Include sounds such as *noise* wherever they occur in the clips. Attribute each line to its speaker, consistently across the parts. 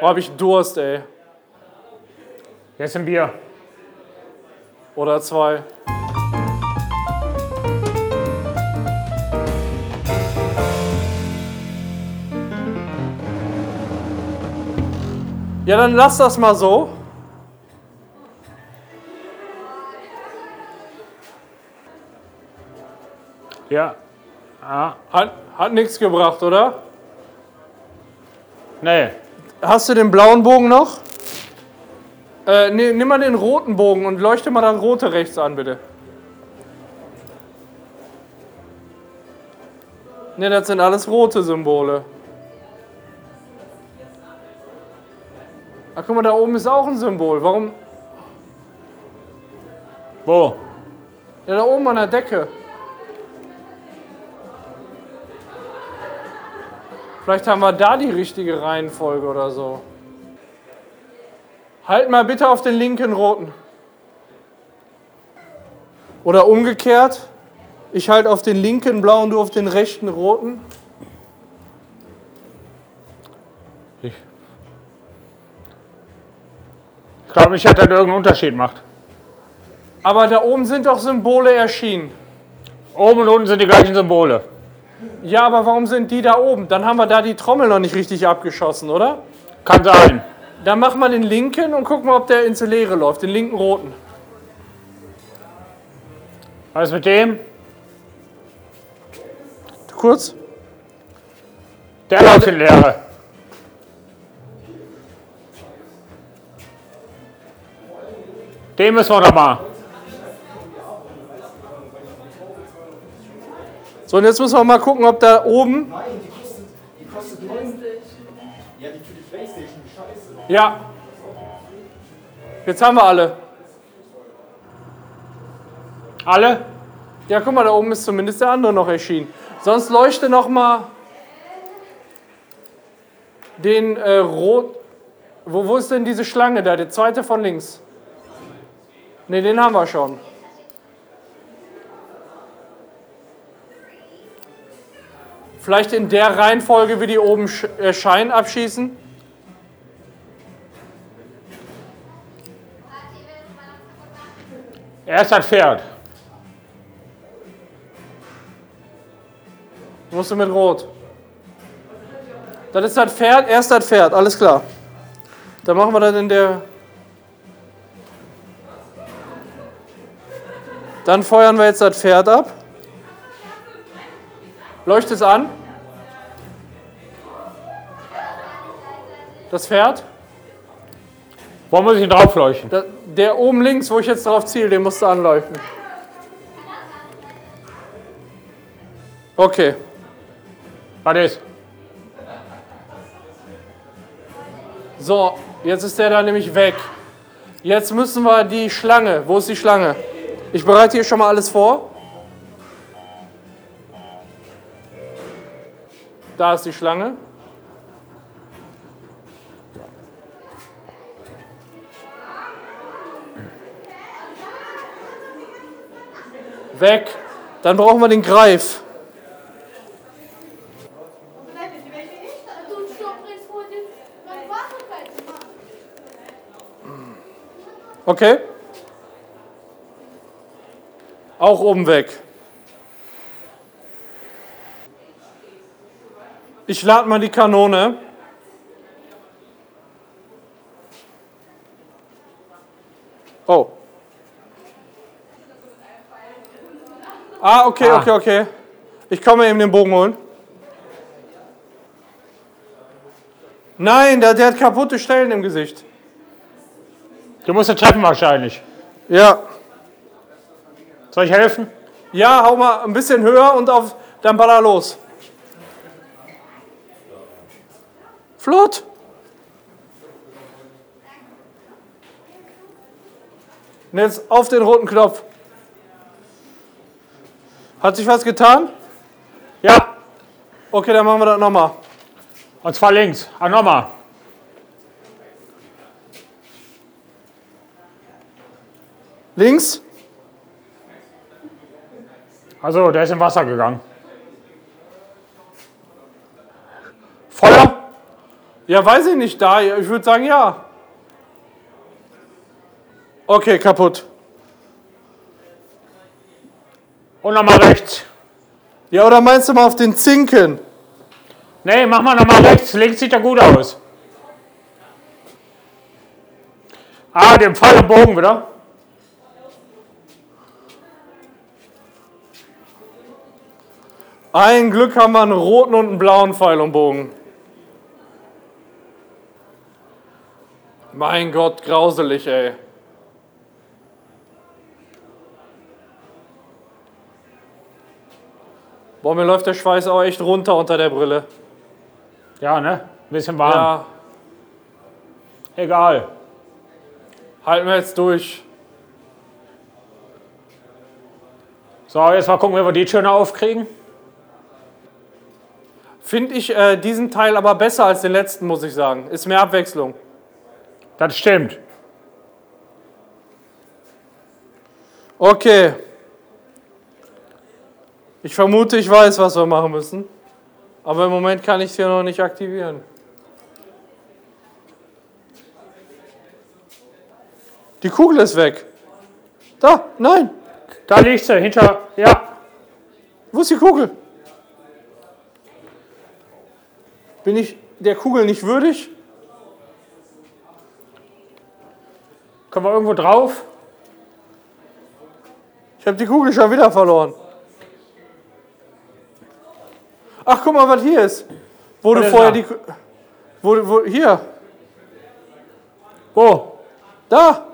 Speaker 1: Oh, hab ich Durst, ey.
Speaker 2: Jetzt ein Bier.
Speaker 1: Oder zwei. Ja, dann lass das mal so.
Speaker 2: Ja. Ah.
Speaker 1: Hat, hat nichts gebracht, oder?
Speaker 2: Nee.
Speaker 1: Hast du den blauen Bogen noch? Äh, nee, nimm mal den roten Bogen und leuchte mal das rote rechts an, bitte. Ne, das sind alles rote Symbole. Ach, guck mal, da oben ist auch ein Symbol. Warum?
Speaker 2: Wo?
Speaker 1: Ja, da oben an der Decke. Vielleicht haben wir da die richtige Reihenfolge oder so. Halt mal bitte auf den linken roten. Oder umgekehrt. Ich halte auf den linken blauen, du auf den rechten roten.
Speaker 2: Ich, ich glaube nicht, dass das irgendeinen Unterschied macht.
Speaker 1: Aber da oben sind doch Symbole erschienen.
Speaker 2: Oben und unten sind die gleichen Symbole.
Speaker 1: Ja, aber warum sind die da oben? Dann haben wir da die Trommel noch nicht richtig abgeschossen, oder?
Speaker 2: Kann sein.
Speaker 1: Dann mach mal den linken und guck mal, ob der ins Leere läuft, den linken roten.
Speaker 2: Was ist mit dem?
Speaker 1: Kurz.
Speaker 2: Der läuft in Leere. Den müssen wir noch mal.
Speaker 1: So, und jetzt müssen wir mal gucken, ob da oben.
Speaker 3: Nein, die kostet, die kostet 90. Ja, die für die Playstation, die scheiße.
Speaker 1: Ja. Jetzt haben wir alle.
Speaker 2: Alle?
Speaker 1: Ja, guck mal, da oben ist zumindest der andere noch erschienen. Sonst leuchte noch mal den äh, rot. Wo, wo ist denn diese Schlange da? Der zweite von links. Ne, den haben wir schon. Vielleicht in der Reihenfolge, wie die oben sch- äh, Schein abschießen.
Speaker 2: Erst das Pferd.
Speaker 1: Musst du mit Rot. Das ist das Pferd, erst das Pferd, alles klar. Dann machen wir das in der. Dann feuern wir jetzt das Pferd ab. Leuchtet es an? Das Pferd?
Speaker 2: Wo muss ich denn draufleuchten?
Speaker 1: Da- Der oben links, wo ich jetzt drauf ziele, den musst du anleuchten. Okay.
Speaker 2: Was ist?
Speaker 1: So, jetzt ist der da nämlich weg. Jetzt müssen wir die Schlange. Wo ist die Schlange? Ich bereite hier schon mal alles vor. Da ist die Schlange. Weg. Dann brauchen wir den Greif. Okay. Auch oben weg. Ich lade mal die Kanone. Oh. Ah, okay,
Speaker 2: Ah.
Speaker 1: okay, okay. Ich komme eben den Bogen holen. Nein, der, der hat kaputte Stellen im Gesicht.
Speaker 2: Du musst ihn treffen wahrscheinlich.
Speaker 1: Ja.
Speaker 2: Soll ich helfen?
Speaker 1: Ja, hau mal ein bisschen höher und auf, dann baller los. Flott. Und jetzt auf den roten Knopf. Hat sich was getan?
Speaker 2: Ja.
Speaker 1: Okay, dann machen wir das nochmal.
Speaker 2: Und zwar links. Ah, nochmal.
Speaker 1: Links?
Speaker 2: Also, der ist im Wasser gegangen. Feuer?
Speaker 1: Ja, weiß ich nicht. Da, ich würde sagen, ja. Okay, kaputt.
Speaker 2: Und nochmal rechts.
Speaker 1: Ja, oder meinst du mal auf den Zinken?
Speaker 2: Nee, mach mal nochmal rechts. Links sieht ja gut aus. Ah, den Pfeil im Bogen wieder.
Speaker 1: Ein Glück haben wir einen roten und einen blauen Pfeil und Bogen. Mein Gott, grauselig, ey. Boah, mir läuft der Schweiß auch echt runter unter der Brille.
Speaker 2: Ja, ne? Bisschen warm.
Speaker 1: Ja,
Speaker 2: Egal.
Speaker 1: halten wir jetzt durch.
Speaker 2: So, jetzt mal gucken, wie wir die schöner aufkriegen.
Speaker 1: Finde ich äh, diesen Teil aber besser als den letzten, muss ich sagen. Ist mehr Abwechslung.
Speaker 2: Das stimmt.
Speaker 1: Okay. Ich vermute, ich weiß, was wir machen müssen. Aber im Moment kann ich es hier noch nicht aktivieren. Die Kugel ist weg. Da, nein.
Speaker 2: Da liegt sie, hinter. Ja,
Speaker 1: Wo ist die Kugel? Bin ich der Kugel nicht würdig?
Speaker 2: können wir irgendwo drauf?
Speaker 1: Ich habe die Kugel schon wieder verloren. Ach, guck mal, was hier ist. Wo du
Speaker 2: ist
Speaker 1: vorher
Speaker 2: da?
Speaker 1: die. Ku- Wo, du- wo, hier,
Speaker 2: Wo?
Speaker 1: da.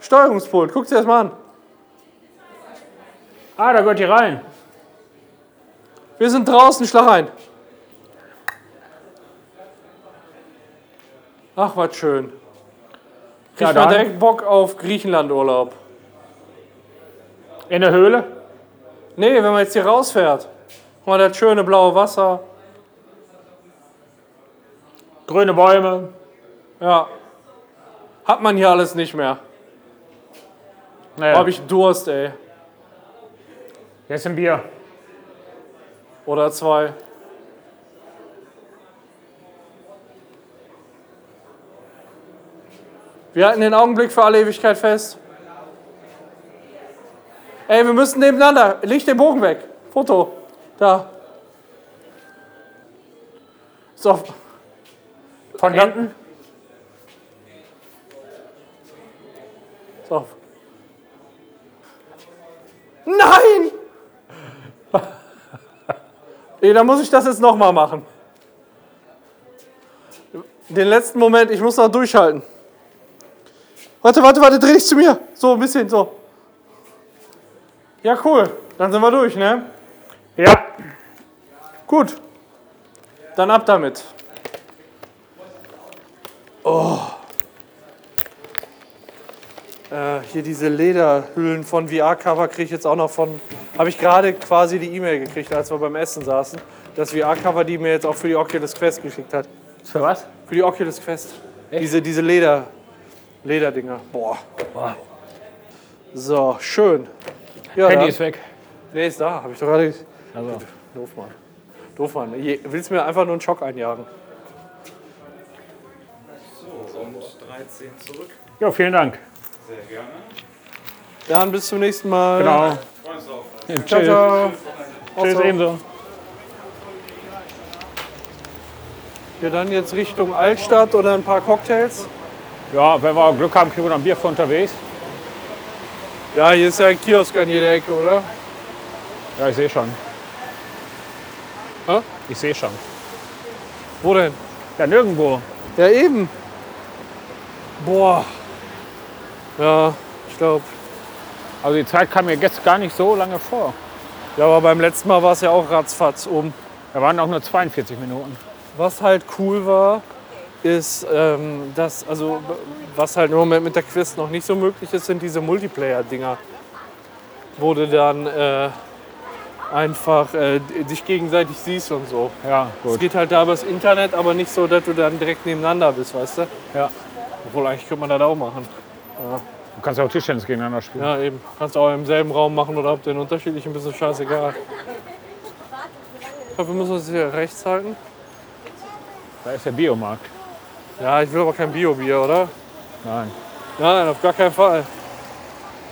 Speaker 1: Steuerungspult. Guck dir das mal an.
Speaker 2: Ah, da gehört die rein.
Speaker 1: Wir sind draußen, schlag ein. Ach, was schön. Krieg
Speaker 2: Ja,
Speaker 1: mal
Speaker 2: dann.
Speaker 1: direkt Bock auf Griechenlandurlaub.
Speaker 2: In der Höhle?
Speaker 1: Nee, wenn man jetzt hier rausfährt. Guck mal, das schöne blaue Wasser.
Speaker 2: Grüne Bäume.
Speaker 1: Ja. Hat man hier alles nicht mehr.
Speaker 2: Naja,
Speaker 1: Hab ich Durst, ey.
Speaker 2: jetzt ein Bier.
Speaker 1: Oder zwei. Wir halten den Augenblick für alle Ewigkeit fest. Ey, wir müssen nebeneinander. Leg den Bogen weg. Foto. Da. So.
Speaker 2: Von
Speaker 1: Ja.
Speaker 2: hinten?
Speaker 1: so. Nein! *laughs* Ey, da muss ich das jetzt nochmal machen. Den letzten Moment, ich muss noch durchhalten. Warte, warte, warte, dreh dich zu mir. So, ein bisschen, so. Ja, cool. Dann sind wir durch, ne?
Speaker 2: Ja.
Speaker 1: Gut. Dann ab damit. Oh. Äh, hier diese Lederhüllen von VR-Cover kriege ich jetzt auch noch von. Habe ich gerade quasi die E-Mail gekriegt, als wir beim Essen saßen. Das VR-Cover, die mir jetzt auch für die Oculus Quest geschickt hat.
Speaker 2: Für was?
Speaker 1: Für die Oculus Quest. Diese, diese Leder. Lederdinger. Boah. So, schön. Ja,
Speaker 2: Handy
Speaker 1: dann-
Speaker 2: ist weg.
Speaker 1: Nee, ist da. Habe ich doch gerade.
Speaker 2: Also.
Speaker 1: Doof, Mann. Doof, Mann. Je- Willst mir einfach nur einen Schock einjagen?
Speaker 3: Und 13 zurück.
Speaker 2: Ja, vielen Dank.
Speaker 3: Sehr gerne.
Speaker 1: Dann bis zum nächsten Mal.
Speaker 2: Genau.
Speaker 1: Ciao,
Speaker 2: Tschüss.
Speaker 1: ciao.
Speaker 2: Tschüss
Speaker 1: Also,
Speaker 2: ebenso.
Speaker 1: Wir dann jetzt Richtung Altstadt oder ein paar Cocktails.
Speaker 2: Ja, wenn wir Glück haben, kriegen wir noch ein Bier für unterwegs.
Speaker 1: Ja, hier ist ja ein Kiosk an jeder Ecke, oder?
Speaker 2: Ja, ich sehe schon.
Speaker 1: Hä?
Speaker 2: Ich sehe schon.
Speaker 1: Wo denn?
Speaker 2: Ja, nirgendwo.
Speaker 1: Ja, eben. Boah. Ja, ich glaube.
Speaker 2: Also die Zeit kam mir jetzt gar nicht so lange vor.
Speaker 1: Ja, aber beim letzten Mal war es ja auch ratzfatz um.
Speaker 2: Da waren auch nur 42 Minuten.
Speaker 1: Was halt cool war, ist, ähm, dass, also, b- was halt im Moment mit der Quest noch nicht so möglich ist, sind diese Multiplayer-Dinger. Wo du dann äh, einfach äh, d- dich gegenseitig siehst und so.
Speaker 2: Ja,
Speaker 1: Es
Speaker 2: gut.
Speaker 1: geht halt da übers Internet, aber nicht so, dass du dann direkt nebeneinander bist, weißt du?
Speaker 2: Ja.
Speaker 1: Obwohl, eigentlich könnte man das auch machen.
Speaker 2: Du kannst ja auch Tischtennis gegeneinander spielen.
Speaker 1: Ja, eben. Kannst du auch im selben Raum machen oder ob den unterschiedlichen, bist du scheißegal. Ich glaube, wir müssen uns hier rechts halten.
Speaker 2: Da ist der Biomarkt.
Speaker 1: Ja, ich will aber kein Bio-Bier, oder?
Speaker 2: Nein.
Speaker 1: Nein, auf gar keinen Fall.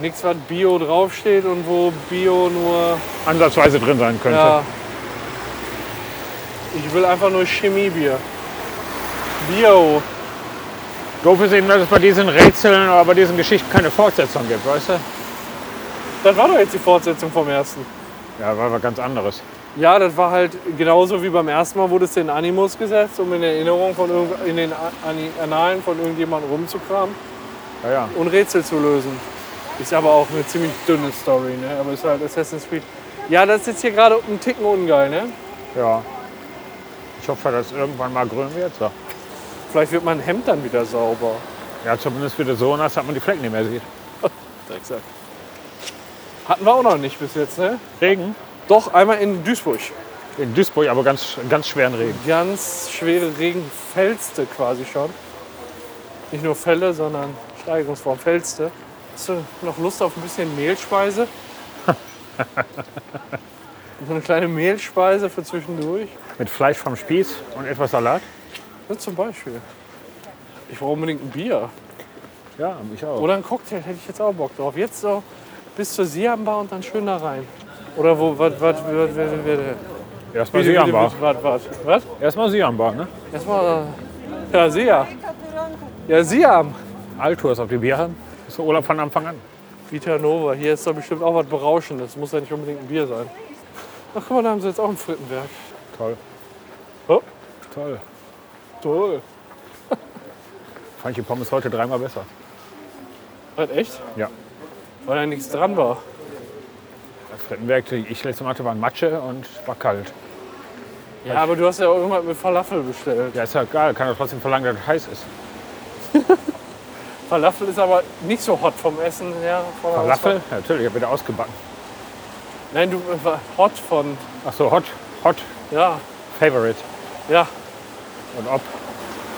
Speaker 1: Nichts, was Bio draufsteht und wo Bio nur.
Speaker 2: Ansatzweise drin sein könnte.
Speaker 1: Ja. Ich will einfach nur Chemiebier. Bio.
Speaker 2: Doof ist eben, dass es bei diesen Rätseln oder bei diesen Geschichten keine Fortsetzung gibt, weißt du?
Speaker 1: Das war doch jetzt die Fortsetzung vom ersten.
Speaker 2: Ja, war was ganz anderes.
Speaker 1: Ja, das war halt genauso wie beim ersten Mal wurde es in Animus gesetzt, um in Erinnerung von irgend- in den A- Ani- Annalen von irgendjemandem rumzukramen
Speaker 2: Ja, ja.
Speaker 1: und Rätsel zu lösen. Ist aber auch eine ziemlich dünne Story, ne? Aber ist halt Assassin's Creed. Ja, das ist jetzt hier gerade ein Ticken ungeil, ne?
Speaker 2: ja. Ich hoffe, dass irgendwann mal grün wird. So.
Speaker 1: Vielleicht wird mein Hemd dann wieder sauber.
Speaker 2: Ja, zumindest wieder so nass, dass man die Flecken nicht mehr sieht.
Speaker 1: Exakt. Hatten wir auch noch nicht bis jetzt, ne?
Speaker 2: Regen?
Speaker 1: Doch, einmal in Duisburg.
Speaker 2: In Duisburg, aber ganz, ganz schweren Regen.
Speaker 1: Ganz schwere Regenfelste quasi schon. Nicht nur Fälle, sondern Steigerungsform Felste. Hast du noch Lust auf ein bisschen Mehlspeise? so eine kleine Mehlspeise für zwischendurch?
Speaker 2: Mit Fleisch vom Spieß und etwas Salat?
Speaker 1: Ja, zum Beispiel. Ich brauche unbedingt ein Bier.
Speaker 2: Ja, ich auch.
Speaker 1: Oder einen Cocktail hätte ich jetzt auch Bock drauf. Jetzt so bis zur Siambar und dann schön da rein. Oder wo, was, was, was, was, was,
Speaker 2: Erstmal Siambach.
Speaker 1: was, was, was?
Speaker 2: Erstmal Siambach, ne?
Speaker 1: Erstmal, äh, ja, Siam. Ja, Siam.
Speaker 2: Altours auf die Bierhand. Ist der Urlaub von Anfang an.
Speaker 1: Vita Nova, hier ist doch bestimmt auch was Berauschendes. Muss ja nicht unbedingt ein Bier sein. Ach, guck mal, da haben sie jetzt auch ein Frittenwerk.
Speaker 2: Toll.
Speaker 1: Oh.
Speaker 2: Toll.
Speaker 1: Toll.
Speaker 2: Fand ich die Pommes heute dreimal besser.
Speaker 1: Was, echt?
Speaker 2: Ja.
Speaker 1: Weil da nichts dran war.
Speaker 2: Das Frittenwerk, die ich letzte Mal hatte, war Matsche und war kalt.
Speaker 1: Ja, aber du hast ja auch irgendwas mit Falafel bestellt.
Speaker 2: Ja, ist ja geil. Kann doch trotzdem verlangen, dass es heiß ist.
Speaker 1: Falafel ist aber nicht so hot vom Essen her. Von der
Speaker 2: Falafel?
Speaker 1: Auswahl.
Speaker 2: Ja, natürlich, ich hab wieder ausgebacken.
Speaker 1: Nein, du äh, war hot von,
Speaker 2: Ach so, hot, hot,
Speaker 1: ja,
Speaker 2: favorite.
Speaker 1: ja.
Speaker 2: Und ob.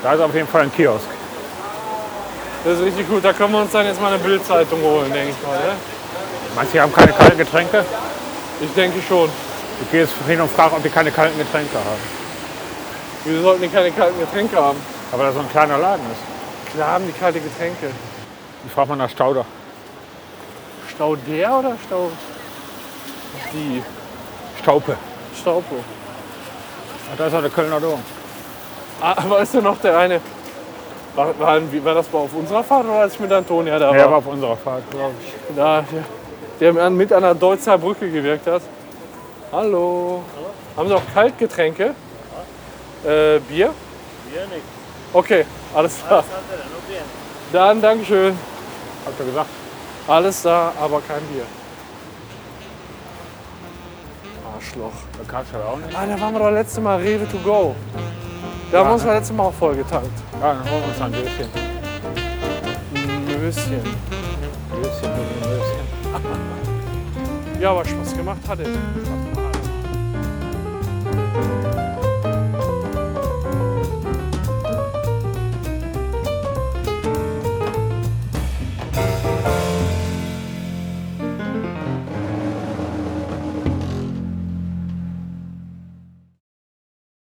Speaker 2: Da ist auf jeden Fall ein Kiosk.
Speaker 1: Das ist richtig gut. Da können wir uns dann jetzt mal eine Bildzeitung holen, denke ich mal. Ne?
Speaker 2: Manche haben keine kalten Getränke.
Speaker 1: Ich denke schon.
Speaker 2: Ich gehe jetzt hin und frage, ob die keine kalten Getränke haben.
Speaker 1: Wieso sollten die keine kalten Getränke haben?
Speaker 2: Aber da so ein kleiner Laden ist.
Speaker 1: Klar haben die kalte Getränke.
Speaker 2: Ich frage mal nach Stauder.
Speaker 1: Stau der oder Stau die?
Speaker 2: Staupe.
Speaker 1: Staupo.
Speaker 2: Und da ist auch der Kölner Dom.
Speaker 1: Ah, *laughs* weißt du noch, der eine. War, war, wie- war das mal auf unserer Fahrt oder als ich mit Antonia da war?
Speaker 2: Der war auf unserer Fahrt, glaube ich.
Speaker 1: Da, der, der mir an- mit an der Deutzer Brücke gewirkt hat. Hallo. Haben Sie auch Kaltgetränke? Äh, Bier? Bier nicht. Okay, alles klar. Dann, Dankeschön.
Speaker 2: Habt ihr gesagt?
Speaker 1: Alles da, aber kein Bier. Arschloch.
Speaker 2: Der kannst du ja auch nicht.
Speaker 1: Ah, da waren wir doch letztes Mal Rewe to go. Da haben wir uns doch letztes Mal auch voll getankt.
Speaker 2: Ja, dann holen wir uns ein Döschen.
Speaker 1: Möschen.
Speaker 2: Döschen, Döschen, Döschen.
Speaker 1: Ja, aber Spaß gemacht hat es.
Speaker 2: Hat